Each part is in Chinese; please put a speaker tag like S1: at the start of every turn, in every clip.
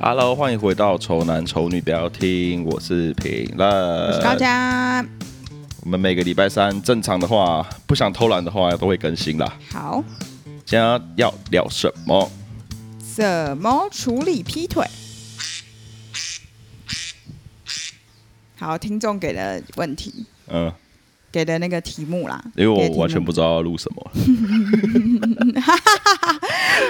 S1: Hello，欢迎回到《丑男丑女》不要听，我是评
S2: 我是
S1: 论。
S2: 高嘉。
S1: 我们每个礼拜三正常的话，不想偷懒的话都会更新啦。
S2: 好，
S1: 今天要聊什么？
S2: 怎么处理劈腿？好，听众给的问题，
S1: 嗯，
S2: 给的那个题目啦，
S1: 因为
S2: 给
S1: 哎我
S2: 的题目
S1: 完全不知道要录什么。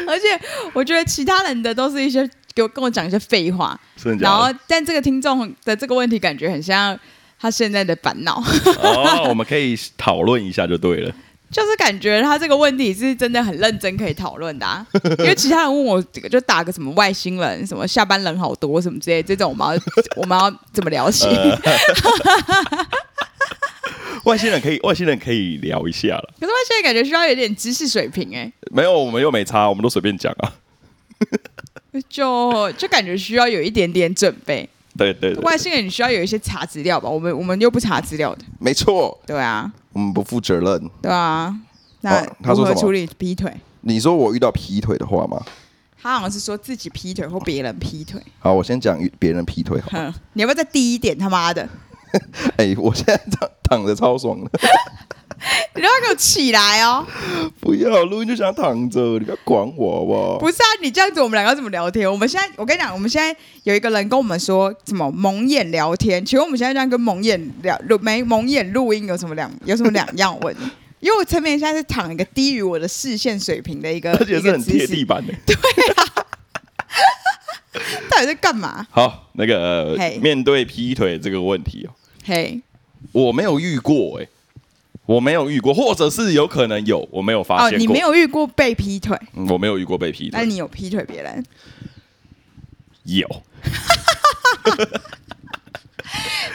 S2: 而且我觉得其他人的都是一些给我跟我讲一些废话，
S1: 真的
S2: 然后
S1: 假的？
S2: 但这个听众的这个问题感觉很像他现在的烦恼，
S1: 哦，我们可以讨论一下就对了。
S2: 就是感觉他这个问题是真的很认真可以讨论 的、啊，因为其他人问我就打个什么外星人、什么下班人好多什么之类这种，我 们要我们要怎么聊起？
S3: 呃
S1: 外星人可以，外星人可以聊一下了。
S2: 可是我现在感觉需要有点知识水平哎、
S1: 没有，我们又没差，我们都随便讲啊。
S2: 就就感觉需要有一点点准备。
S1: 对对对，
S2: 外星人你需要有一些查资料吧，我们我们又不查资料的，
S1: 没错，
S2: 对啊，
S3: 我们不负责任。
S2: 对啊。那
S3: 哦他
S2: 如
S3: 说
S2: 何
S3: 什么
S2: 处理劈腿？
S3: 你说我遇到劈腿的话吗？
S2: 他好像是说自己劈腿或别人劈腿。
S3: 好，我先讲与别人劈 腿好。
S2: 哼，你要不要再低一点？他妈的，
S3: 哎、我现在躺躺着超爽的，
S2: 你让他给我起来哦！
S3: 不要录音就想躺着，你不要管我好不
S1: 哦
S3: 好？
S2: 不是啊，你这样子我们两个要怎么聊天？我们现在，我跟你讲，我们现在有一个人跟我们说什么蒙眼聊天，请问我们现在这样跟蒙眼聊录没蒙眼录音有什么两有什么两样？我问你， 因为我陈明现在是躺一个低于我的视线水平的一个，
S1: 而且
S2: 一
S1: 是
S2: 个
S1: 很贴
S2: 姿势
S1: 地，板的。
S2: 到底在干嘛？
S1: 好，那个、呃
S2: 嘿
S1: 面对劈腿这个问题哦，
S2: 嘿、
S1: 我没有遇过哎、我没有遇过，或者是有可能有，我没有发
S2: 哦，
S1: 现过。
S2: 你没有遇过被劈腿，
S1: 嗯，我没有遇过被劈
S2: 那
S1: 腿。
S2: 你有劈腿别人？
S1: 有，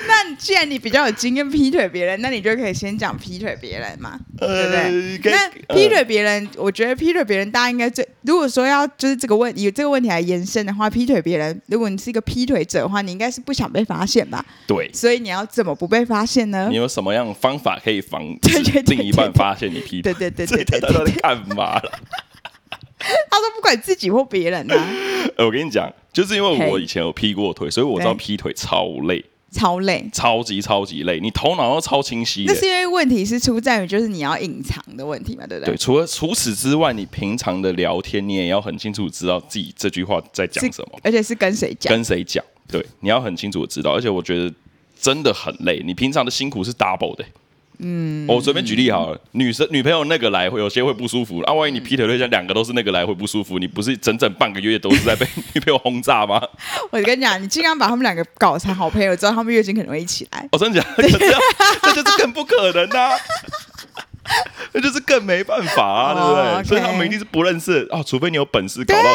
S2: 那既然你比较有经验劈腿别人，那你就可以先讲劈腿别人嘛，对不对？
S1: 呃
S2: 那
S1: 可以
S2: 劈
S1: 呃
S2: 腿别人，我觉得劈腿别人，大家应该最如果说要就是这个问以这个问题来延伸的话，劈腿别人，如果你是一个劈腿者的话，你应该是不想被发现吧？
S1: 对，
S2: 所以你要怎么不被发现呢
S1: 你？有什么样的方法可以防
S2: 嗯对
S1: 止
S2: 对对
S1: 另一半发现你劈
S2: 对
S1: 腿？
S2: 对对
S1: 这
S2: 对对
S1: 他到
S2: 对
S1: 底
S2: 对，
S1: 在干嘛了？
S2: 他说不管自己或别人 啊，
S1: 呃我跟你讲，就是因为我
S2: 嘿
S1: 以前有劈过腿，所以我知道
S2: 对
S1: 劈腿超累，
S2: 超累。
S1: 超级超级累，你头脑要超清晰
S2: 那
S1: 的。
S2: 是因为问题是出在于就是你要隐藏的问题嘛，对不
S1: 对，？除了除此之外，你平常的聊天，你也要很清楚知道自己这句话在讲
S2: 是
S1: 什么，
S2: 而且是跟谁讲？
S1: 跟谁讲。对，你要很清楚地知道。而且我觉得真的很累，你平常的辛苦是 double 的、嗯，我随便举例好了，女生女朋友那个来会有些会不舒服啊，万一你劈腿对象两个都是那个来会不舒服，你不是整整半个月都是在被 女朋友轰炸吗？
S2: 我跟你讲，你尽量把他们两个搞成好朋友之后，他们月经可能会一起来。
S1: 哦，真的假的？这样这就是更不可能呐、啊。那就是更没办法啊，对不对
S2: 哦，OK 啊
S1: 所以他们一定是不认识哦，除非你有本事搞到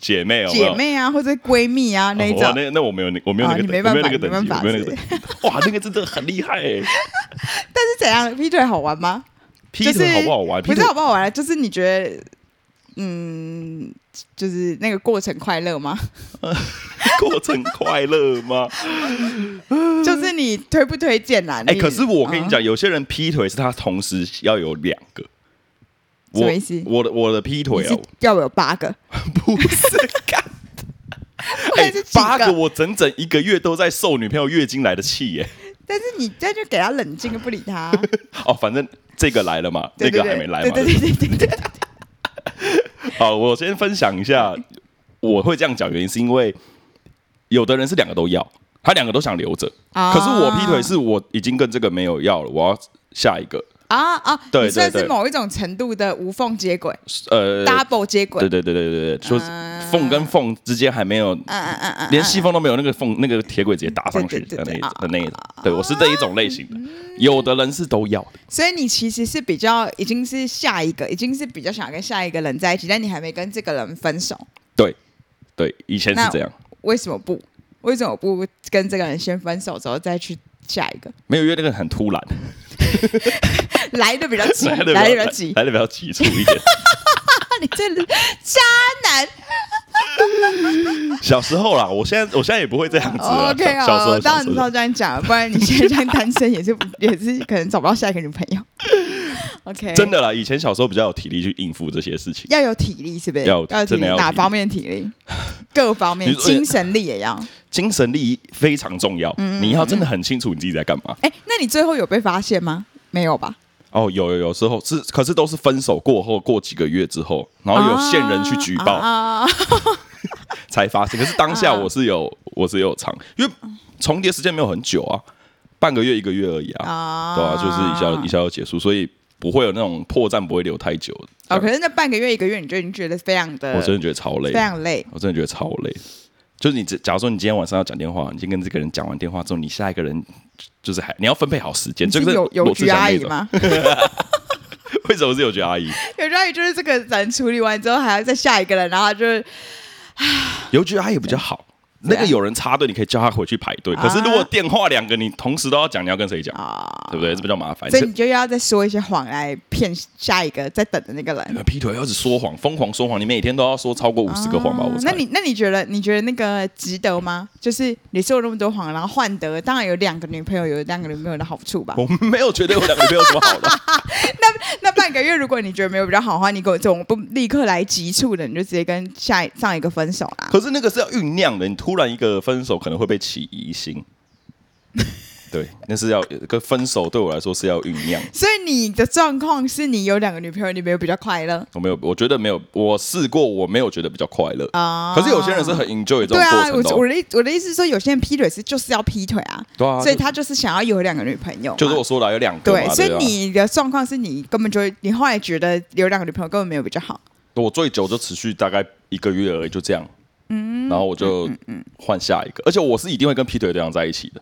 S1: 姐妹，有没有
S2: 姐妹啊，或者闺蜜啊那一
S1: 哦哇
S2: 种，
S1: 那那我没有那我没有
S2: 啊
S1: 那个
S2: 你
S1: 等
S2: 没
S1: 我有
S2: 办
S1: 那个
S2: 法你没
S1: 等级，
S2: 办
S1: 我没有那
S2: 法
S1: 个等级。哇，那个真的很厉害哎！
S2: 是怎样？劈腿好玩吗？
S1: 劈
S2: 就是
S1: 腿好不好玩？
S2: 不
S1: 劈
S2: 是
S1: 腿
S2: 好不好玩，啊就是你觉得，嗯，就是那个过程快乐吗？
S1: 过程快乐 吗？
S2: 就是你推不推荐啦？
S1: 嗯哎，
S2: 你
S1: 可是我跟你，
S2: 嗯
S1: 讲，有些人劈腿是他同时要有两个。
S2: 什
S1: 我
S2: 么意思
S1: 我的我的劈
S2: 你
S1: 腿啊
S2: 是，要有八个，
S1: 哎不是干
S2: 或
S1: 哎
S2: 者是几
S1: 八个，我整整一个月都在受女朋友月经来的气耶。
S2: 但是你这样就给他冷静，不理 他，
S1: 哦，反正这个来了嘛，那
S2: 对
S1: 个
S2: 对
S1: 还
S2: 对
S1: 没来
S2: 对
S1: 嘛。
S2: 对对对对对，
S1: 好，我先分享一下，我会这样讲原因是因为有的人是两个都要，他两个都想留着，
S2: 啊
S1: 可是我劈腿是我已经跟这个没有要了，我要下一个，
S2: 啊啊，
S1: 对对
S2: 你算
S1: 对
S2: 是某一种程度的无缝接轨
S1: 呃，
S2: ，double 接轨
S1: 对，对对对对对，说
S2: 啊
S1: 缝跟缝之间还没有。
S2: 嗯嗯嗯嗯，
S1: 连细缝都没有，那个缝那个铁轨直接搭上去
S2: 对
S1: 的那
S2: 对对
S1: 一
S2: 对
S1: 种
S2: 啊
S1: 的那一种，对我是这一种类型的。有的人是都要的，
S2: 所以你其实是比较已经是下一个，已经是比较想跟下一个人在一起，但你还没跟这个人分手，
S1: 对对，以前是
S2: 那
S1: 这样，
S2: 为什么不？为什么不跟这个人先分手之后再去下一个？
S1: 没有因为那个很突然，
S2: 来的比较 急，
S1: 来的
S2: 来的比较急。
S1: 来的比较急促一点。
S2: 那你这渣男
S1: 小时候啦，我现在我现在也不会这样子了。
S2: ，OK
S1: 小小时
S2: 啊，
S1: 候，
S2: 我当
S1: 小时
S2: 然
S1: 候
S2: 知道这样讲，不然你现在这样单身也是 也是可能找不到下一个女朋友。OK，
S1: 真的啦，以前小时候比较有体力去应付这些事情。
S2: 要有体力，是不是？
S1: 要有
S2: 要有体
S1: 真的
S2: 力，
S1: 要有体
S2: 哪
S1: 力
S2: 方面的体力？各方面
S1: 你，说
S2: 精神力也要。
S1: 精神力非常重要，
S2: 嗯
S1: 你要真的很清楚你自己在干嘛。
S2: 哎，那你最后有被发现吗？没有吧？
S1: 哦，有有有时候是，可是都是分手过后过几个月之后，然后有线人去举报、
S2: 啊，啊啊
S1: 才发现。可是当下
S2: 啊
S1: 我是有我是有藏，因为重叠时间没有很久啊，半个月一个月而已啊，
S2: 啊
S1: 对啊，就是一下一下就结束，所以不会有那种破绽，不会留太久。
S2: 哦，可是那半个月一个月，你就已经觉得非常的，
S1: 我真的觉得超累
S2: 非，常累。
S1: 我真的觉得超累。就是你只，假如说你今天晚上要讲电话，你先跟这个人讲完电话之后，你下一个人就是还你要分配好时间，
S2: 你
S1: 就是是
S2: 有
S1: 罗
S2: 有
S1: 志
S2: 局
S1: 祥
S2: 阿
S1: 那
S2: 姨
S1: 种？
S2: 吗？
S1: 为什么是有局阿姨？
S2: 有局阿姨就是这个人处理完之后，还要再下一个人，然后
S1: 哎
S2: 就是
S1: 邮局阿姨比较好。 那
S2: 啊
S1: 个有人插队，你可以叫他回去排队。可是如果电话两个，你同时都要讲，你要跟谁讲？
S2: 啊，
S1: 对不对？这比较麻烦。
S2: 所以
S1: 你
S2: 你就要再说一些谎来骗下一个在等的那个人
S1: 这。劈腿要是说谎，疯狂说谎，你每天都要说超过五十个谎吧？
S2: 啊
S1: 我猜
S2: 那你那你觉得你觉得那个值得吗？就是你说了那么多谎，然后换得当然有两个女朋友，有两个女朋友的好处吧。
S1: 我没有觉得我两个女朋友什么好的，
S2: 那半个月如果你觉得没有比较好的话，你给我总不立刻来急促的，你就直接跟下一上一个分手啦。
S1: 可是那个是要酝酿的。你突然一个分手，可能会被起疑 心。对，那是要个分手对我来说是要酝酿。
S2: 所以你的状况是你有两个女朋友，你没有比较快乐
S1: 我没有，我觉得没有，我试过，我没有觉得比较快乐。
S2: 啊？
S1: 可是有些人是很 enjoy 这种
S2: 对啊
S1: 过，程的哦
S2: 我我。的意我的意思是说，有些人劈腿是就是要劈腿啊，
S1: 对啊，
S2: 所以
S1: 就
S2: 他就是想要有两个女朋友嘛，
S1: 就是我说的啊有两个嘛
S2: 对，，所以
S1: 吧
S2: 你的状况是你根本就你后来觉得有两个女朋友根本没有比较好，
S1: 我最久就持续大概一个月而已，就这样。嗯，然后我就换下一个，而且我是一定会跟劈腿对象在一起的，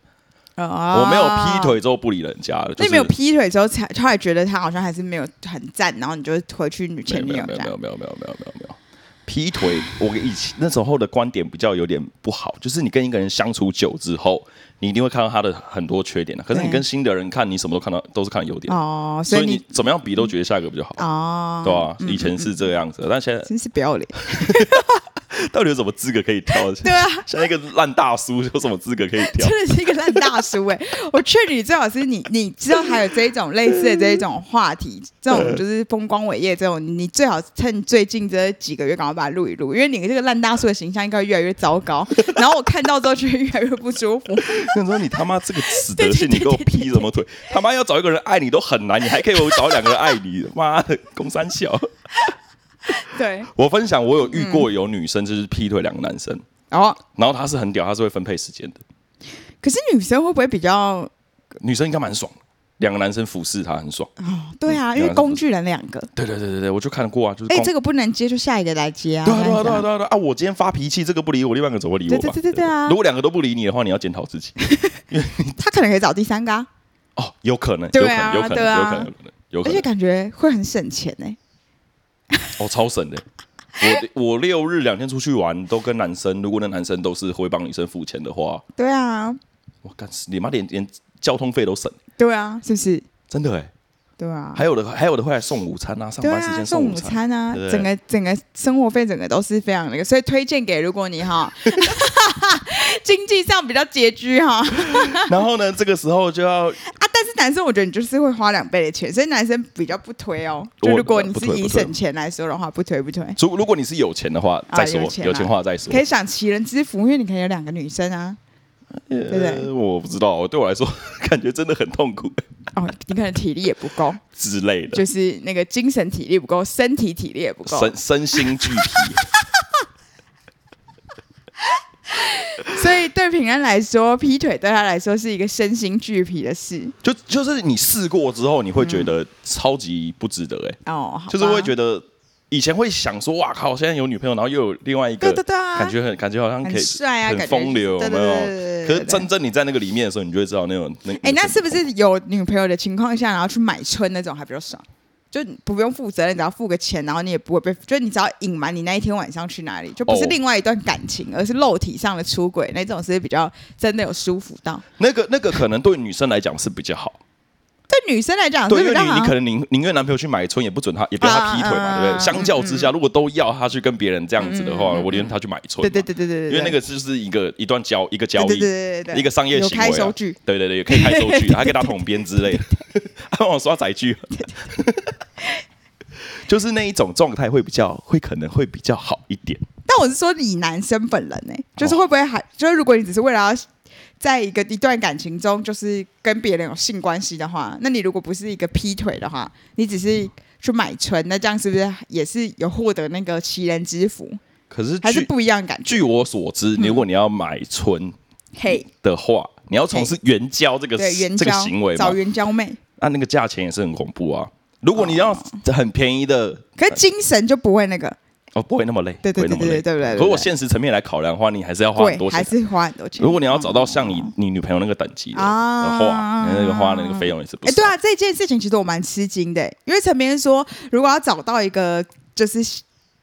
S2: 啊
S1: 我没有劈。腿之后不理人家的，就
S2: 那
S1: 是
S2: 你没有劈腿之后，才后来觉得他好像还是没有很赞，然后你就回去女前女
S1: 没有
S2: 友
S1: 没
S2: 这
S1: 有没有
S2: 样。
S1: 没有没有没有没有没有没有劈腿，我跟以前那时候的观点比较有点不好，就是你跟一个人相处久之后，你一定会看到他的很多缺点的，啊可是你
S2: 对
S1: 跟新的人看，你什么都看到都是看到优点，
S2: 哦，
S1: 所
S2: 所以
S1: 以你
S2: 你
S1: 怎么样比都觉得下一个比较好，
S2: 哦，嗯
S1: 对吧？以前是这样子的，但现在
S2: 真是不 要脸。
S1: 到底有什么资格可以挑？
S2: 对啊，
S1: 像一个烂大叔有什么资格可以 挑？
S2: 真的是一个烂大叔 哎、我劝你最好是你，你知道还有这一种类似的这一种话题，这种就是风光伟业这种，你最好趁最近这几个月赶快把它录一录，因为你这个烂大叔的形象应该会越来越 糟糕，然后我看到之后就会越来越不舒服。
S1: 想说你他妈这个死德性，你给我劈什么 腿？他妈要找一个人爱你都很难，你还可以找两个人爱你，妈的，公三小。
S2: 对，
S1: 我分享，我有遇
S2: 嗯
S1: 过有女生就是劈腿两个男生，
S2: 然后
S1: 然后她是很屌，她是会分配时间的，
S2: 可是女生会不会比较？
S1: 女生应该蛮爽的，两个男生服侍她很爽。
S2: 对
S1: 嗯
S2: 啊，因为工具人两个，
S1: 对对对对对，我就看过啊，就是
S2: 哎、
S1: 公。
S2: 这个不能接就下一个来接啊。
S1: 对啊对啊
S2: 这
S1: 对啊
S2: 样子
S1: 对啊对啊！啊我今天发脾气，这个不理我，另外一个怎么理我吧？
S2: 对对对对对啊
S1: 如果两个都不理你的话，你要检讨自 己。
S2: 啊他可能可以找第三个、啊，
S1: 哦，有可能，有
S2: 对
S1: 可
S2: 啊
S1: 能，有可
S2: 对
S1: 能，
S2: 啊
S1: 有可能，有可
S2: 而
S1: 能
S2: 且。感觉会很省钱哎、
S1: 哦，超省的。我我六日两天出去玩，都跟男生，如果那男生都是会帮女生付钱的话，
S2: 对啊，
S1: 我干死你妈连连交通费都省，
S2: 对啊，是不是？
S1: 真的哎。
S2: 对啊。
S1: 还有的还有的会来送午餐啊，上
S2: 对
S1: 班时
S2: 啊，
S1: 间
S2: 送
S1: 午
S2: 午。餐啊，
S1: 对不
S2: 整个整个生活费整个都是非常那个，所以推荐给如果你哈经济上比较拮据哈啊，
S1: 然后呢，这个时候就要
S2: 但是男生我觉得你就是会花两倍的钱，所以男生比较不推哦。
S1: 我
S2: 就如果你
S1: 不
S2: 是
S1: 推不
S2: 以
S1: 推
S2: 省钱来说的话，不推不推，
S1: 如如果你是有钱的话
S2: 啊
S1: 再说，
S2: 有钱啊
S1: 有钱话再说
S2: 可。以想齐人之福，因为你可以有两个女生啊。
S1: 对
S2: 不对
S1: 呃我不知道，我对我来说感觉真的很痛苦
S2: 哦，你可能体力也不够，
S1: 之类的
S2: 就，是那个精神体力不够，身体体力也不够，
S1: 身身心 俱疲。
S2: 所以对平安来说，劈腿对他来说是一个身心俱疲的事。
S1: 就就是你试过之后，你会觉得超级不值得哎、
S2: 哦，嗯好
S1: 就是
S2: 吧
S1: 会觉得以前会想说，哇靠，现在有女朋友，然后又有另外一个，
S2: 对对对啊
S1: 感觉很感觉好像可以
S2: 很帅啊
S1: 很
S2: 感觉
S1: 风流，
S2: 对
S1: 有
S2: 对
S1: 没
S2: 对对对对
S1: 有？可
S2: 对
S1: 是真正你在那个里面的时候，你就会知道那种那。
S2: 哎、
S1: 那
S2: 那
S1: 种
S2: 是不是有女朋友的情况下，然后去买春那种还比较爽？就你不用负责任，只要付个钱，然后你也不会被，就你只要隐瞒你那一天晚上去哪里，就不是
S1: 哦
S2: 另外一段感情，而是肉体上的出轨那种，是比较真的有舒服到。
S1: 那个那个可能对女生来讲是比较好，
S2: 对女生来讲是
S1: 对，因
S2: 比
S1: 为
S2: 较
S1: 你
S2: 好
S1: 你可能宁宁愿男朋友去买春，也不准他也不要他劈腿嘛，
S2: 啊
S1: 对
S2: 啊
S1: 不对？相较之下，如果都要他去跟别人这样子的话，我宁愿他去买春嘛，
S2: 对嗯对对对对对，
S1: 因为那个就是一个一段交一个交
S2: 对对对
S1: 易，
S2: 对对对，
S1: 一个商业
S2: 有
S1: 行为、啊，
S2: 开收据。
S1: 对对对，可以开收 据，还可以打统编之类的，还往刷载 具，啊就是那一种状态会比较，会可能会比较好一点。
S2: 但但我是说以男生本人呢、
S1: 哦
S2: 就是会不会还、就是如果你只是为了要在一个一段感情中，就是跟别人有性关系的话，那你如果不是一个劈腿的话，你只是去买春，那这样是不是也是有获得那个奇人之福，
S1: 可是
S2: 还是
S1: 据
S2: 不嗯一样的感觉？
S1: 据我所知，如果你要买春
S2: 嘿，
S1: 的话，你要从事援交这个
S2: 对，援
S1: 这个
S2: 交
S1: 行为嘛
S2: 找，援交妹，
S1: 那那个价钱也是很恐怖啊。如果你
S2: 哦
S1: 要很便宜的，
S2: 可是精神就不会那个
S1: 哦，不会那么累，
S2: 对对
S1: 不会那么
S2: 对对
S1: 累
S2: 对对对对对
S1: 如果现实层面来考量的话，你还是要花
S2: 贵
S1: 很，多
S2: 还
S1: 钱。
S2: 是嗯花很多钱。
S1: 如果你要找到像你你女朋友那个等级的的
S2: 啊
S1: 话，那个花的那个费用也是不
S2: 哎、
S1: 少
S2: 对。啊，这件事情其实我蛮吃惊的，因为陈明恩说，如果要找到一个就是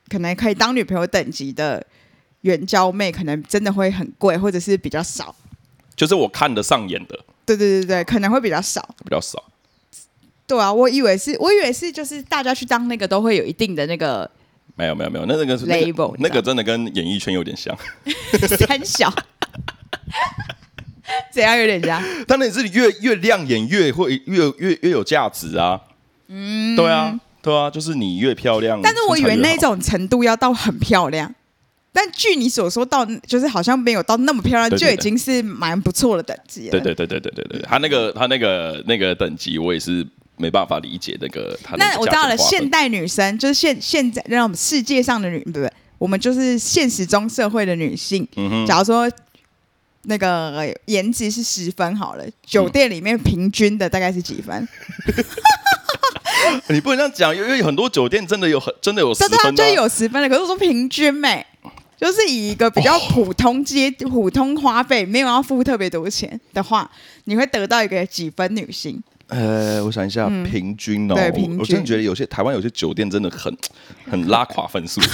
S2: 可能可以当女朋友等级的援交妹，可能真的会很贵，或者是比较少。
S1: 就是我看得上眼的
S2: 对对对
S1: 哦
S2: 对，可能会比较少。
S1: 比较少。
S2: 对啊，我以为是，我以为是，就是大家去当那个都会有一定的那个
S1: 没有没有没有，那那个是那
S2: Label，
S1: 个那个真的跟演艺圈有点像，
S2: 三小， 怎样有点像？
S1: 但那是越越亮眼越会越越越有价值啊。嗯，对啊对啊，就是你越漂亮，
S2: 但是我以为
S1: 身材越
S2: 那
S1: 好
S2: 种程度要到很漂亮，但据你所说到，就是好像没有到那么漂亮，
S1: 对对对
S2: 就已经是蛮不错的等级
S1: 对
S2: 了。
S1: 对对对对对对，他那
S2: 嗯
S1: 个他那个那个等级，我也是没办法理解那个他
S2: 那我知道了，现
S1: 代
S2: 代女生就是现现在那种世界上的女，不对，我们就是现实中社会的女性。
S1: 嗯哼
S2: 假如说那个颜值是十分好了，酒店里面平均的大概是几分？
S1: 你不能这样讲，因为有很多酒店真的有很真的有十
S2: 这
S1: 分、
S2: 对
S1: 啊，
S2: 啊，就有十分的。可是我说平均美、就是以一个比较普通阶、普通花费，没有要付特别多钱的话，你会得到一个几分女性？
S1: 呃，我想一下，平均哦，
S2: 嗯对
S1: 我
S2: 平均
S1: 我真的觉得有些台湾有些酒店真的很很拉垮分 数，
S2: 因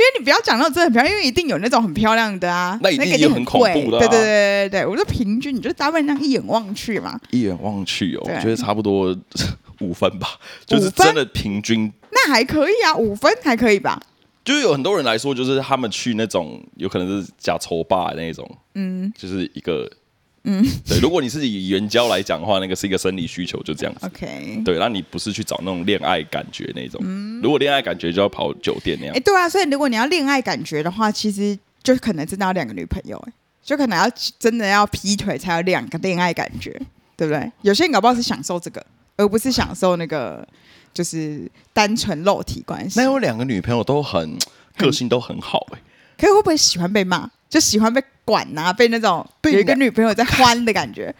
S2: 为你不要讲到真的很漂亮，因为一定有那种很漂亮的啊，
S1: 那一定
S2: 个定
S1: 有很恐怖
S2: 贵
S1: 的啊
S2: 对对对对对，我说平均，你就大概那样一眼望去嘛。
S1: 一眼望去哦，
S2: 对
S1: 我觉得差不多五分吧，就是真的平均。
S2: 那还可以啊，五分还可以吧？
S1: 就是有很多人来说，就是他们去那种有可能是假抽吧那种，嗯，就是一个，嗯，对。如果你是以援交来讲的话， 那个是一个生理需求，就这样子。
S2: OK，
S1: 对，那你不是去找那种恋爱感觉那种，如果恋爱感觉就要跑酒店那
S2: 嗯哎、
S1: 样。
S2: 对啊，所以如果你要恋爱感觉的话，其实就可能真的要两个女朋友、哎，就可能要真的要劈腿才有两个恋爱感觉，对不对？有些人搞不好是享受这个，而不是享受那个就是单纯肉体关系
S1: 那。有两个女朋友都很个性都很好哎、
S2: 可是会不会喜欢被骂？就喜欢被管啊，被那种
S1: 被
S2: 有一个
S1: 人
S2: 女朋友在欢的感觉。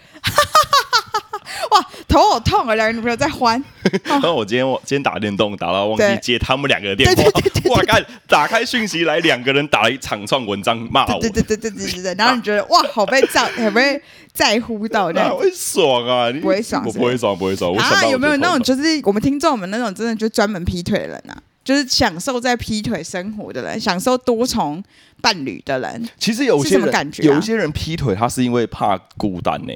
S2: 哇，头好痛啊！两个女朋友在欢，
S1: 然后我今天我今天打电动打到忘记
S2: 哦对
S1: 接他们两个的电话
S2: 对对对对，对
S1: 我看打开讯息来两个人打了一场串文章骂我
S2: 对，对对对对对对。然后你觉得哇，好被在，很被在乎到这样
S1: 哪
S2: 子。
S1: 会爽啊？你
S2: 不会爽
S1: 我
S2: 是
S1: 不会爽，不会爽。我想到
S2: 啊，
S1: 我就
S2: 有没有那种
S1: 头
S2: 就是我们听众们那种真的就专门劈腿的人啊？就是享受在劈腿生活的人，享受多重伴侣的人，
S1: 其实有
S2: 是
S1: 些
S2: 什么
S1: 人
S2: 感觉啊
S1: 有一些人劈腿，他是因为怕孤单呢、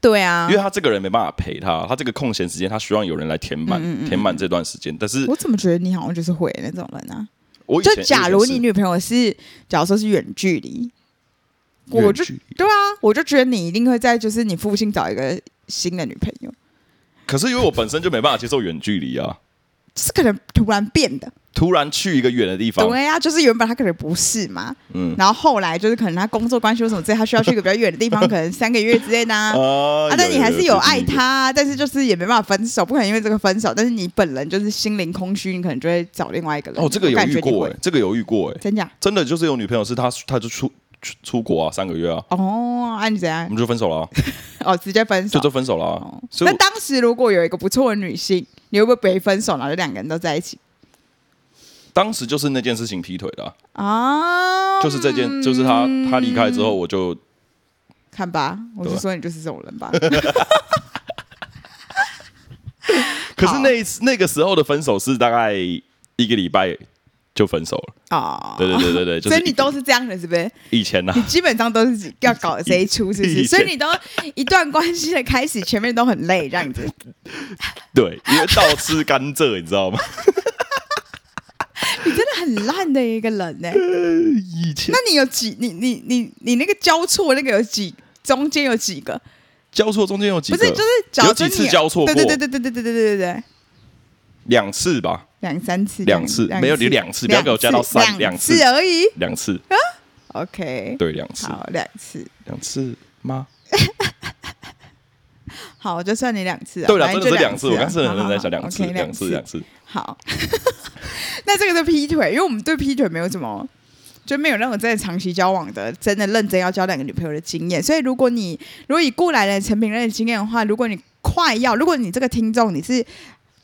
S2: 对啊
S1: 因为他这个人没办法陪他，他这个空闲时间他希望有人来填满、填满这段时间。但是
S2: 嗯我怎么觉得你好像就是会那种人啊？
S1: 我以前
S2: 就假如你
S1: 以前是
S2: 女朋友是，假如说是远距离，
S1: 远
S2: 我就
S1: 距离
S2: 对啊，我就觉得你一定会在就是你附近找一个新的女朋友，
S1: 可是因为我本身就没办法接受远距离啊，
S2: 是可能突然变的，
S1: 突然去一个远的地方，
S2: 对啊，就是原本他可能不是嘛，
S1: 嗯
S2: 然后后来就是可能他工作关系或什么之类，他需要去一个比较远的地 方，可能三个月之类的啊。
S1: 啊
S2: 啊，但你还是有爱。
S1: 有
S2: 他啊，但是就是也没办法分手，不可能因为这个分手。但是你本人就是心灵空虚，你可能就会找另外一个人。
S1: 哦，这个有
S2: 我感
S1: 遇
S2: 觉你
S1: 过
S2: 会
S1: 哎、这个有遇过哎、
S2: 真假？
S1: 真的就是有女朋友是她，她就出出出国啊，三个月啊，
S2: 哦，啊，你怎
S1: 我
S2: 样？
S1: 们就分手 了、啊，
S2: 哦，直接分手
S1: 就。就分手了、啊
S2: 哦。
S1: 所以
S2: 那
S1: 我
S2: 当时如果有一个不错的女性，你会不会被分手，然后就两个人都在一起
S1: 当时就是那件事情劈腿的啊、
S2: 啊？
S1: 就是这件，就是她她离开之后，
S2: 嗯，
S1: 我就
S2: 看吧，我就
S1: 对啊
S2: 说你就是这种人 吧。
S1: 可是那一次那个时候的分手是大概一个礼拜就分手了。
S2: 哦，
S1: 对对对对对，就是
S2: 所以你
S1: 一
S2: 都是这样的，是不是？
S1: 以前啊呢、
S2: 你基本上都是要搞这一 出，是不是？
S1: 以前
S2: 所以你都一段关系的开始，前面都很累，这 样子。
S1: 对，因为倒吃甘蔗，你知 道吗？
S2: 你真的很烂的一个人呢、
S1: 以前
S2: 那你有几？你你你你那个交错那个有几？中间有几个？
S1: 交错中间有几
S2: 不
S1: 个？
S2: 是，就是假
S1: 有
S2: 如说
S1: 几
S2: 你
S1: 次交错过？
S2: 对对对对对对对对对对。
S1: 两次吧。
S2: 两三次，
S1: 两次没有你两次不要给我加到三
S2: 两
S1: 两
S2: 次
S1: 次
S2: 两而已。
S1: 两次，
S2: OK，
S1: 对，两次，
S2: 好，两次，
S1: 两次吗？
S2: 好，就算你两次啊。
S1: 对了，
S2: 反
S1: 真
S2: 正
S1: 的是
S2: 就
S1: 两次，我
S2: 啊
S1: 刚刚真的很认真在
S2: 好
S1: 想
S2: 好
S1: 两次，
S2: OK，
S1: 两次，两次。
S2: 好， 那这个是劈腿，因为我们对劈腿没有什么，就没有那种真的长期交往的、真的认真要交两个女朋友的经验。所以，如果你如果以过来人、成品人的经验的话，如果你快要，如果你这个听众你是。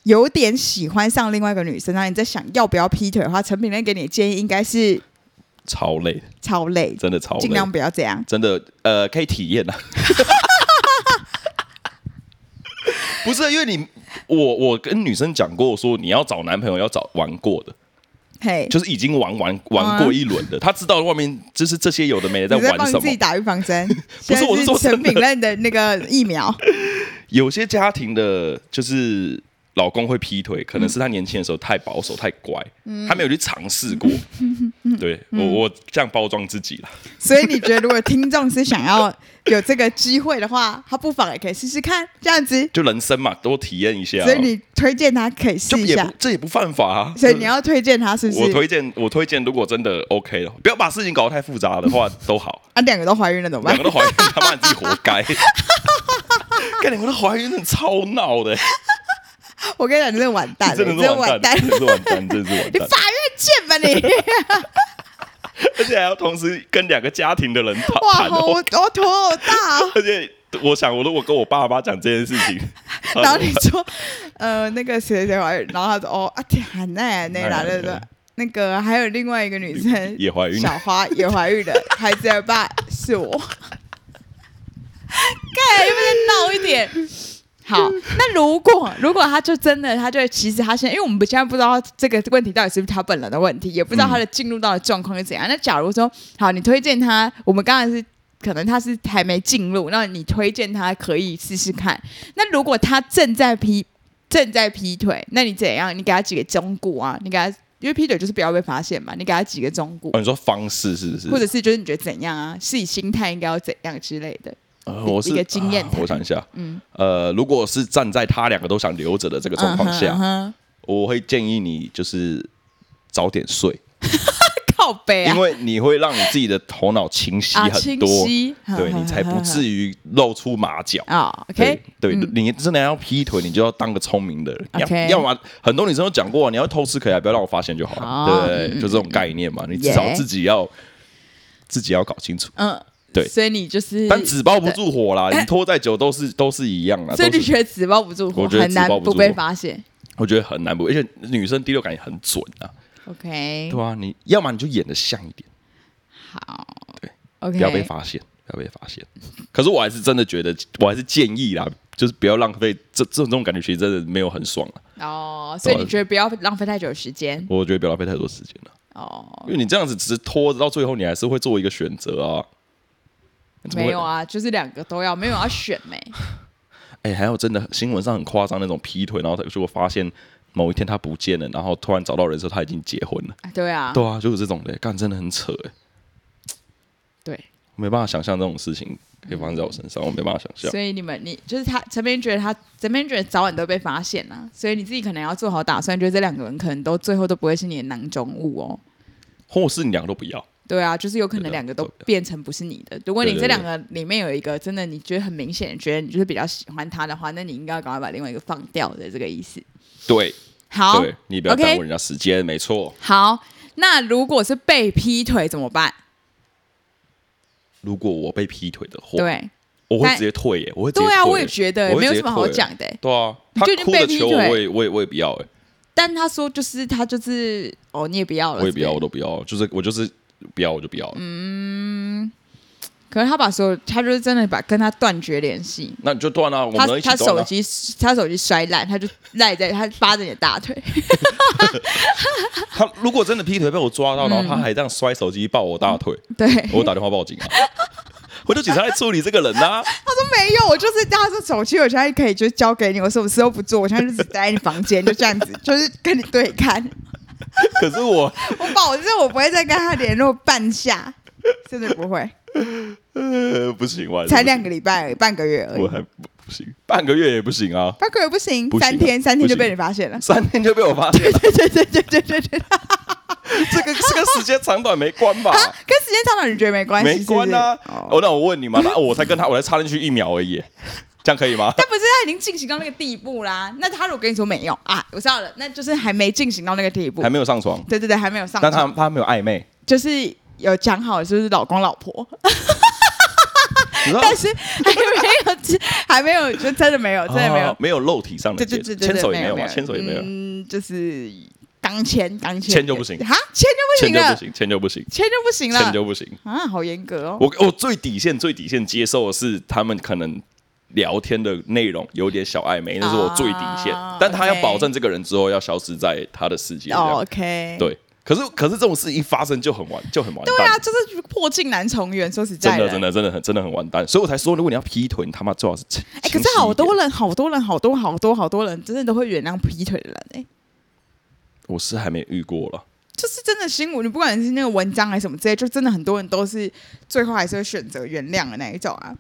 S2: 有点喜欢上另外一个女生，然后你在想要不要劈腿的话，陈品人给你的建议应该是
S1: 超累，
S2: 超累，
S1: 真的超
S2: 尽
S1: 累，
S2: 量不要这样。
S1: 真的呃，可以体验 啊。不是因为你，我我跟女生讲过说，你要找男朋友要找玩过的，
S2: 嘿，
S1: 就是已经玩玩玩过一轮的，他知道外面就是这些有的没的
S2: 你在
S1: 玩
S2: 帮
S1: 什
S2: 啊你自己
S1: 么。
S2: 打预防 针，
S1: 不
S2: 现
S1: 是
S2: 在
S1: 我是说真的
S2: 陈品任的那个疫苗。
S1: 有些家庭的，就是老公会劈腿，可能是他年轻的时候太保守、太乖，
S2: 嗯
S1: 他没有去尝试 过。对我我这样包装自己啦。
S2: 所以你觉得，如果听众是想要有这个机会的话，他不妨也可以试试看，这样子。
S1: 就人生嘛，多体验一下啊。
S2: 所以你推荐他可以试
S1: 就
S2: 一
S1: 也
S2: 下
S1: 不，这也不犯法啊。
S2: 所以你要推荐他是不
S1: 我
S2: 是？
S1: 推荐，我推荐，如果真的 OK 了，不要把事情搞得太复杂的话，都 好。
S2: 啊，两个都怀孕了怎么
S1: 两
S2: 办
S1: 个？都怀孕，他妈你自己活该。 干两个都怀孕，真的超闹的、
S2: 我跟你讲，你真的完蛋了，
S1: 真的
S2: 啊你
S1: 是
S2: 真的完
S1: 完
S2: 蛋
S1: 蛋，，真的是完蛋，真的是完
S2: 你
S1: 蛋，
S2: 法院见吧 你！
S1: 而且还要同时跟两个家庭的人谈
S2: 哇，
S1: 谈的
S2: 好
S1: 话
S2: 我，我头好大哦。
S1: 而且我想，我如果跟我爸妈讲这件事情，啊
S2: 然后你说， 呃，那个谁谁怀孕，然后他说，哦，啊，天，那
S1: 哎
S2: 那啦，对对。那个还有另外一个女生
S1: 也怀孕
S2: 小花也怀孕 了，孩子的爸是我。看，要不要再闹一点？好，那如果如果他就真的，他就其实他现在，因为我们现在不知道这个问题到底是不是他本人的问题，也不
S1: 嗯
S2: 知道他的进入到的状况是怎样。那假如说，好，你推荐他，我们刚才是可能他是还没进入，那你推荐他可以试试看。那如果他正在劈正在劈腿，那你怎样？你给他几个忠告啊？你给他，因为劈腿就是不要被发现嘛，你给他几个忠告
S1: 哦，，你说方式是不是？
S2: 或者是就是你觉得怎样啊？自己心态应该要怎样之类的。
S1: 呃我是
S2: 一个经验
S1: 啊
S2: 谈
S1: 我想一下，
S2: 嗯
S1: 嗯，呃，如果是站在他两个都想留着的这个状况 下，
S2: 嗯哼嗯哼
S1: 我会建议你就是早点睡，
S2: 靠 背啊
S1: 因，为你会让你自己的头脑清晰
S2: 啊，
S1: 很
S2: 清
S1: 多，
S2: 晰，
S1: 对你才不至
S2: 于
S1: 于露出马脚。
S2: 啊。
S1: 对
S2: OK，
S1: 对，
S2: 嗯
S1: 你真的要劈腿，你就要当个聪明的人。要
S2: OK
S1: 要么很多女生都讲过，你要偷吃可以啊，不要让我发现就好
S2: 好
S1: 了。对，就
S2: 嗯
S1: 这种概念嘛，你
S2: Yeah
S1: 至少自己要自己要搞清楚。
S2: 嗯，
S1: 对
S2: 所以你就是，
S1: 但纸包不住火啦，你拖再久都是都是一样啦。
S2: 所以
S1: 都
S2: 你
S1: 是
S2: 觉得纸包不住火，
S1: 我觉得
S2: 很
S1: 纸
S2: 难
S1: 包不住
S2: 不被
S1: 火
S2: 发现。
S1: 我觉得很难不，而且女生第六感也很准啊，
S2: OK，
S1: 对啊，你要么你就演的像一点，
S2: 好，
S1: 对
S2: ，OK，
S1: 不要被发现，不要被发现。可是我还是真的觉得，我还是建议啦，就是不要浪费这这这种感觉，其实真的没有很爽啊。
S2: 哦，所以你觉得不要浪费太久的时间
S1: 我觉得不要浪费太多时间了。啊
S2: 哦
S1: 因？为你这样子只是拖着到最后，你还是会做一个选择啊。你怎么
S2: 没
S1: 会
S2: 有？啊，就是两个都要，没有要选没、
S1: 哎、还有真的新闻上很夸张那种劈腿，然后他结果发现某一天他不见了，然后突然找到人的时候他已经结婚了。
S2: 啊对啊，
S1: 对啊，就是这种的，干真的很扯哎、
S2: 对
S1: 没办法想象这种事情可以发生在我身上，我没办法想象。
S2: 所以你们你就是他陈边觉得他陈边觉得早晚都被发现啦、所以你自己可能要做好打算，就是这两个人可能都最后都不会是你的囊中物哦。
S1: 或是你两个都不要，
S2: 对啊，就是有可能
S1: 对啊
S2: 两个都
S1: 对啊
S2: 变成不是你的。如果你
S1: 对对
S2: 这两个里面有一个真的你觉得很明显，觉得你就是比较喜欢他的话，那你应该要赶快把另外一个放掉的这个意思。
S1: 对，
S2: 好，
S1: 对你不要耽误
S2: 哦 OK，
S1: 人家时间没错。
S2: 好。那如果是被劈腿怎么办？
S1: 如果我被劈腿的话，
S2: 对
S1: 我会
S2: 但
S1: 直接退耶、我会直接
S2: 对啊，
S1: 退
S2: 我也觉得
S1: 我会
S2: 没有
S1: 直
S2: 什
S1: 接
S2: 么好
S1: 退耶
S2: 讲的欸。
S1: 对啊，
S2: 你
S1: 他
S2: 就已经
S1: 哭
S2: 被
S1: 着
S2: 劈
S1: 求我，
S2: 腿
S1: 我也我也我也不要哎、
S2: 但他说就是他就是哦，你也不要了，
S1: 我也不要，
S2: 是
S1: 我
S2: 不是
S1: 都不要，就是我就是不要，我就不要了。
S2: 嗯可是他把所有，他就是真的把跟他断绝联系。
S1: 那你就断啊，我
S2: 他
S1: 们能一起
S2: 他
S1: 断
S2: 手
S1: 啊。
S2: 机他手机摔烂，他就赖在他扒着你的大腿，
S1: 他如果真的劈腿被我抓到，然
S2: 嗯
S1: 后他还这样摔手机抱我大腿，
S2: 对，
S1: 我打电话报警啊， 我就警察来处理这个人呐、啊。
S2: 他说没有，我就是他说手机我现在可以就交给你，我什么事都不做，我现在就只待在你房间，就这样子，就是跟你对看。
S1: 可是我
S2: 我保证我不会再跟他联络半下，真的不会，
S1: 呃不行，我还是
S2: 才
S1: 不行
S2: 两个礼拜而已半个月而
S1: 我
S2: 已。
S1: 还不不行，半个月也不行啊，
S2: 八个月不行，
S1: 不行啊
S2: 三天三天就
S1: 不行
S2: 被你发现 了。
S1: 三天就被我发现了，
S2: 对对对对对对对，啊，
S1: 这个这个时间长短没关吧？
S2: 跟时间长短你觉得没关系？
S1: 没关啊
S2: 是不是。
S1: 哦，那我问 你嘛，那我才跟他，我才插进去一秒而已，这样可以吗？
S2: 但不是他已经进行到那个地步啦？那他如果跟你说没有啊，我知道了，那就是还没进行到那个地步
S1: 还。没有上床，
S2: 对对对，还没有上
S1: 但他
S2: 床，
S1: 他没有暧昧，
S2: 就是有讲好就是老公老婆，
S1: 你知道
S2: 但是还没有， 还没有，就真的没有，真的没有
S1: 哦。没有肉体上的
S2: 对
S1: 接触，
S2: 对对对，
S1: 牵手
S2: 对
S1: 也没有嘛，牵手也没有，啊
S2: 嗯，就是刚牵刚牵，
S1: 牵就不行
S2: 哈，牵就不
S1: 牵
S2: 行
S1: 就不
S2: 了，
S1: 行，牵就不行，
S2: 牵就不行
S1: 牵
S2: 了
S1: 就不行。
S2: 啊，好严格哦。
S1: 我我最底线最底线接受的是他们可能聊天的内容有点小暧昧，那是我最底线
S2: 啊。
S1: 但他要
S2: OK
S1: 保证这个人之后要消失在他的世界这
S2: 哦
S1: 样。
S2: OK，
S1: 对，可是可是这种事一发生就很完就很完
S2: 对啊，
S1: 蛋。
S2: 就是破镜难重圆，说实在
S1: 真的，真。的，真的很，真的很完蛋，所以我才说，如果你要劈腿，你他妈最好是清。
S2: 哎、可
S1: 清晰
S2: 是
S1: 一
S2: 好多
S1: 点，
S2: 人，好多人，好多好多好多人，真的都会原谅劈腿的人哎、
S1: 我是还没遇过了。
S2: 就是真的新闻，你不管是那个文章还是什么之类，就真的很多人都是最后还是会选择原谅的那一种啊，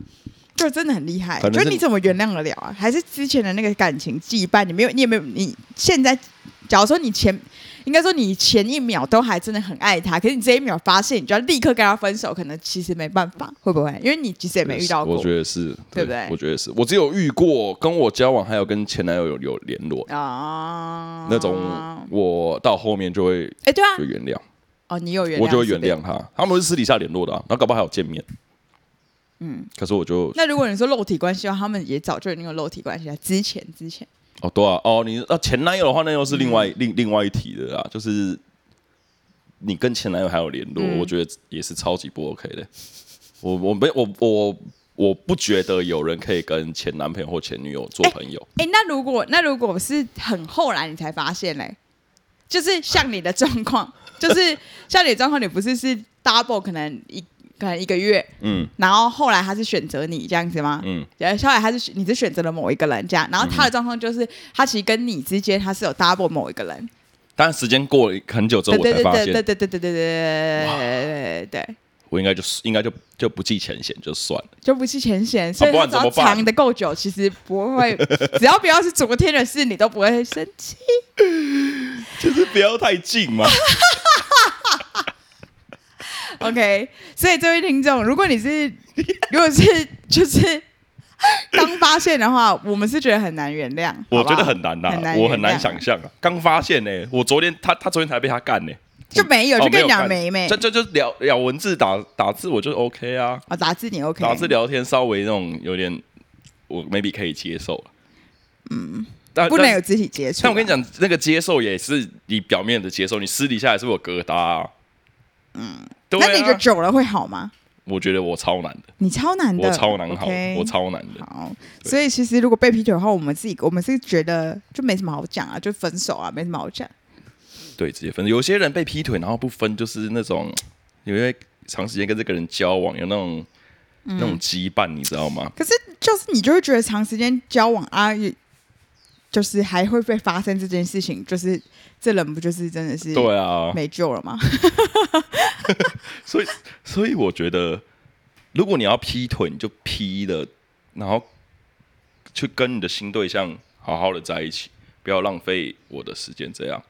S2: 就真的很厉害。
S1: 可能
S2: 就是是你怎么原谅得了啊？还是之前的那个感情羁绊，你没有，你也没有，你现在，假如说你前，应该说你前一秒都还真的很爱他，可是你这一秒发现，你就要立刻跟他分手，可能其实没办法，会不会？因为你其实也没遇到过，
S1: 我觉得是，
S2: 对不对
S1: 我觉得是我只有遇过跟我交往，还有跟前男友有有联络、
S2: 啊
S1: 那种，我到后面就会
S2: 哎、对啊
S1: 就，原谅，
S2: 哦，你有原谅，
S1: 我就会原
S2: 是不是。
S1: 谅他。他们是私底下联络的、啊，然后搞不好还有见面。嗯，可是我就
S2: 那如果你说肉体关系的话，他们也早就已经有肉体关系了，之前之前。
S1: 哦对啊哦，你啊前男友的话，那又是另外、
S2: 嗯
S1: 另另外一题的啦，就是你跟前男友还有联络，
S2: 嗯
S1: 我觉得也是超级不 OK 的。我我没我我我不觉得有人可以跟前男朋友或前女友做
S2: 哎
S1: 朋友。
S2: 哎、那如果那如果是很后来你才发现嘞，就是像你的状况，就是像你的状况，你不是是 double 可能一可能一个月，
S1: 嗯
S2: 然后后来他是选择你这样子吗？
S1: 嗯，
S2: 然后后来他是你是选择了某一个人这样，然后他的状况就是、他其实跟你之间他是有 double 某一个人，
S1: 但时间过了很久之
S2: 对
S1: 后，我
S2: 对
S1: 才
S2: 对
S1: 发
S2: 对对
S1: 现，
S2: 对对对对对对对对，
S1: 我应该就是应该就就不计前嫌就算了。
S2: 就不计前嫌，所以
S1: 啊不
S2: 他
S1: 然
S2: 只要
S1: 怎么办
S2: 藏的够久，其实不会， 只要不要是昨天的事，你都不会生 气。
S1: 就是不要太近 嘛。
S2: OK，所以这位听众，如果你是 如果是就是 刚发现的话，我们是觉得很难原谅，
S1: 我
S2: 好不好
S1: 觉得很难呐、
S2: 很难
S1: 我很
S2: 原
S1: 难
S2: 谅
S1: 想象啊。刚发现呢、我昨天他他昨天才被他干呢、
S2: 就没有，
S1: 哦
S2: 就跟你讲
S1: 干
S2: 没没
S1: 这，这就聊聊文字打打字，我就 OK 啊。
S2: 啊，打字你 OK，
S1: 打字聊天稍微那种有点，我 maybe 可以接受嗯，但
S2: 不能有
S1: 但
S2: 肢体接触啊。
S1: 但我跟你讲，那个接受也是你表面的接受，你私底下也是会有疙瘩、啊。嗯，对啊、
S2: 那你觉得久了会好吗？
S1: 我觉得我超难的，
S2: 你超难的，
S1: 我超难好的
S2: OK
S1: 我超难的。
S2: 好，
S1: 对
S2: 所以其实如果被劈腿的话，我们自己我们是觉得就没什么好讲啊，就分手啊，没什么好讲。
S1: 对，直接分。有些人被劈腿然后不分，就是那种因为长时间跟这个人交往，有那种、
S2: 嗯
S1: 那种羁绊，你知道吗？
S2: 可是就是你就会觉得长时间交往啊，也就是还会被发生这件事情，就是这人不就是真的是
S1: 对啊，
S2: 没救了吗？
S1: 所以所以我觉得，如果你要劈腿，你就劈了，然后去跟你的新对象好好的在一起，不要浪费我的时间。这样，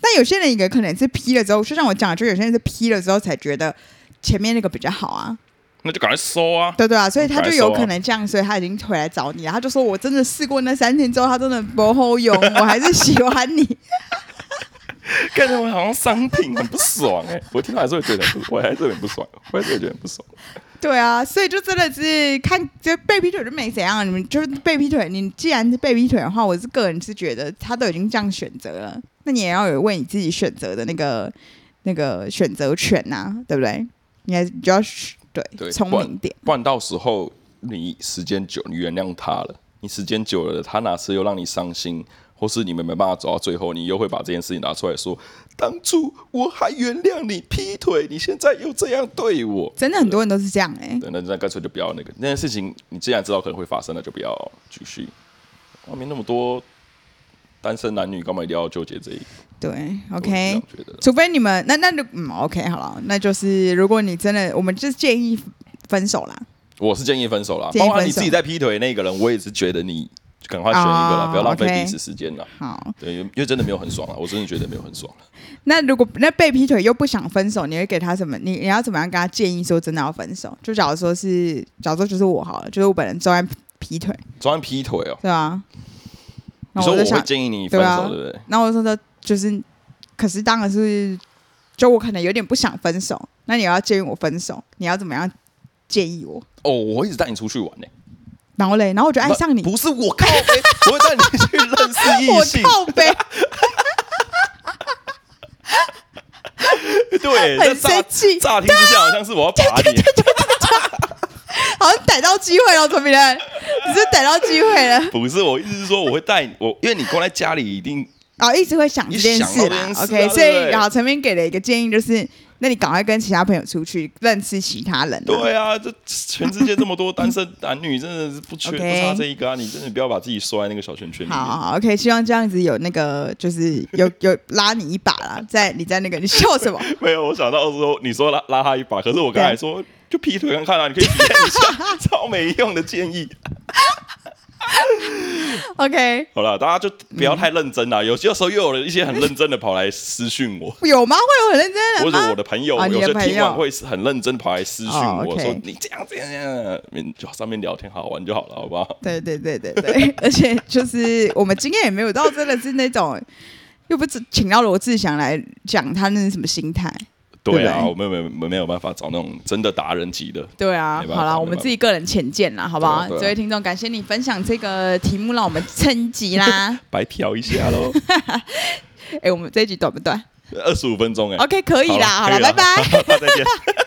S2: 但有些人也可能是劈了之后，就像我讲的，就有些人是劈了之后才觉得前面那个比较好啊，
S1: 那就赶快收啊！
S2: 对对啊，所以他就有
S1: 白说啊
S2: 可能这样，所以他已经回来找你了。他就说我真的试过那三天之后，他真的不后用，我还是喜欢你。
S1: 感觉我好像商品，很不爽哎、我听到还是会觉得很不，我还是有点不爽，我还是会觉得很不爽。
S2: 对啊，所以就真的是看就被劈腿就没怎样，你们就是被劈腿。你既然是被劈腿的话，我是个人是觉得他都已经这样选择了，那你也要有为你自己选择的那个那个选择权呐、对不对？你还你就要
S1: 对
S2: 对聪明一点。
S1: 不然到时候你时间久，你原谅他了，你时间久了，他哪次又让你伤心，或是你们没办法走到最后，你又会把这件事情拿出来说，当初我还原谅你劈腿，你现在又这样对我。
S2: 真的很多人都是这样哎、
S1: 对，那那干脆就不要那个那件事情，你既然知道可能会发生，那就不要继续。外面那么多单身男女，干嘛一定要纠结这一个我
S2: 对
S1: 是这样
S2: ，OK。
S1: 觉得的。
S2: 除非你们那那就嗯 OK 好了，那就是如果你真的，我们就是建议分手啦。
S1: 我是建议分手啦。
S2: 建议
S1: 包括
S2: 分手
S1: 你自己在劈腿那个人，我也是觉得你赶快选一个啦，
S2: 哦
S1: 不要浪费
S2: OK
S1: 彼此时间啦。
S2: 好，
S1: 对，因为因为真的没有很爽啊，我真的觉得没有很爽。啊
S2: 那如果那被劈腿又不想分手，你会给他什么？你你要怎么样跟他建议说真的要分手？就假如说是，假如说就是我好了，就是我本人专爱劈腿，
S1: 专劈腿哦，
S2: 对吧？
S1: 你
S2: 那
S1: 说
S2: 我
S1: 我
S2: 就
S1: 会
S2: 想，啊
S1: 建议你分手，对不对？
S2: 那我就说就是，可是当然是，就我可能有点不想分手，那你要建议我分手，你要怎么样建议我？
S1: 哦，我会一直带你出去玩呢。
S2: 然后嘞，然后我就爱哎上你，
S1: 不是我靠背，我会带你去认识异
S2: 我
S1: 性。
S2: 靠呗，
S1: 对，
S2: 很
S1: 这
S2: 生
S1: 乍
S2: 气啊
S1: 乍听之下好像是我要把你，
S2: 好像逮到机会了，陈明仁，你是逮到机会了。
S1: 不是我意思是说我会带你，我因为你光在家里一定
S2: 哦，一直会想这件事
S1: 一想到
S2: 啦。
S1: 这件事啊
S2: OK，
S1: 对不
S2: 所
S1: 对
S2: 以然后陈明给了一个建议，就是那你赶快跟其他朋友出去认识其他人、啊。
S1: 对啊，这全世界这么多单身男女，真的是不缺
S2: OK
S1: 不差这一个啊！你真的不要把自己缩在那个小圈圈里
S2: 好好
S1: 面。
S2: 好，OK，希望这样子有那个，就是有 有拉你一把啦，在你在那个，你笑 什么？
S1: 没有，我想到说你说拉拉他一把，可是我刚才说就劈腿看看啊，你可以体验一 下，超没用的建议。
S2: OK，
S1: 好了，大家就不
S2: 嗯
S1: 要太认真啦。有些时候又有了一些很认真的跑来私讯 我，
S2: 有吗？会有很认真
S1: 或
S2: 的人吗？
S1: 者我的朋友，
S2: 啊你
S1: 有
S2: 的
S1: 些
S2: 朋友
S1: 听完会很认真跑来私讯
S2: 哦
S1: 我
S2: ，OK
S1: 说你这样这样这样，嗯就上面聊天好玩就好了，好不好？
S2: 对对对对对，而且就是我们今天也没有到真的是那种，又不是请到罗志祥来讲他那是什么心态。
S1: 对啊，
S2: 对
S1: 我们没有没有办法找那种真的达人级的，
S2: 对啊
S1: 没，办法
S2: 好啦，
S1: 没
S2: 我们
S1: 办
S2: 自己个人浅见啦，好不好？
S1: 对啊对啊
S2: 这位听众，感谢你分享这个题目，让我们升级 啦。
S1: 白嫖一下 喽，
S2: 哎、我们这一集短不短
S1: 二十五分钟哎、
S2: 哦？OK，可以啦，好
S1: 好
S2: 了，
S1: 了
S2: 拜 拜。
S1: 拜，再见。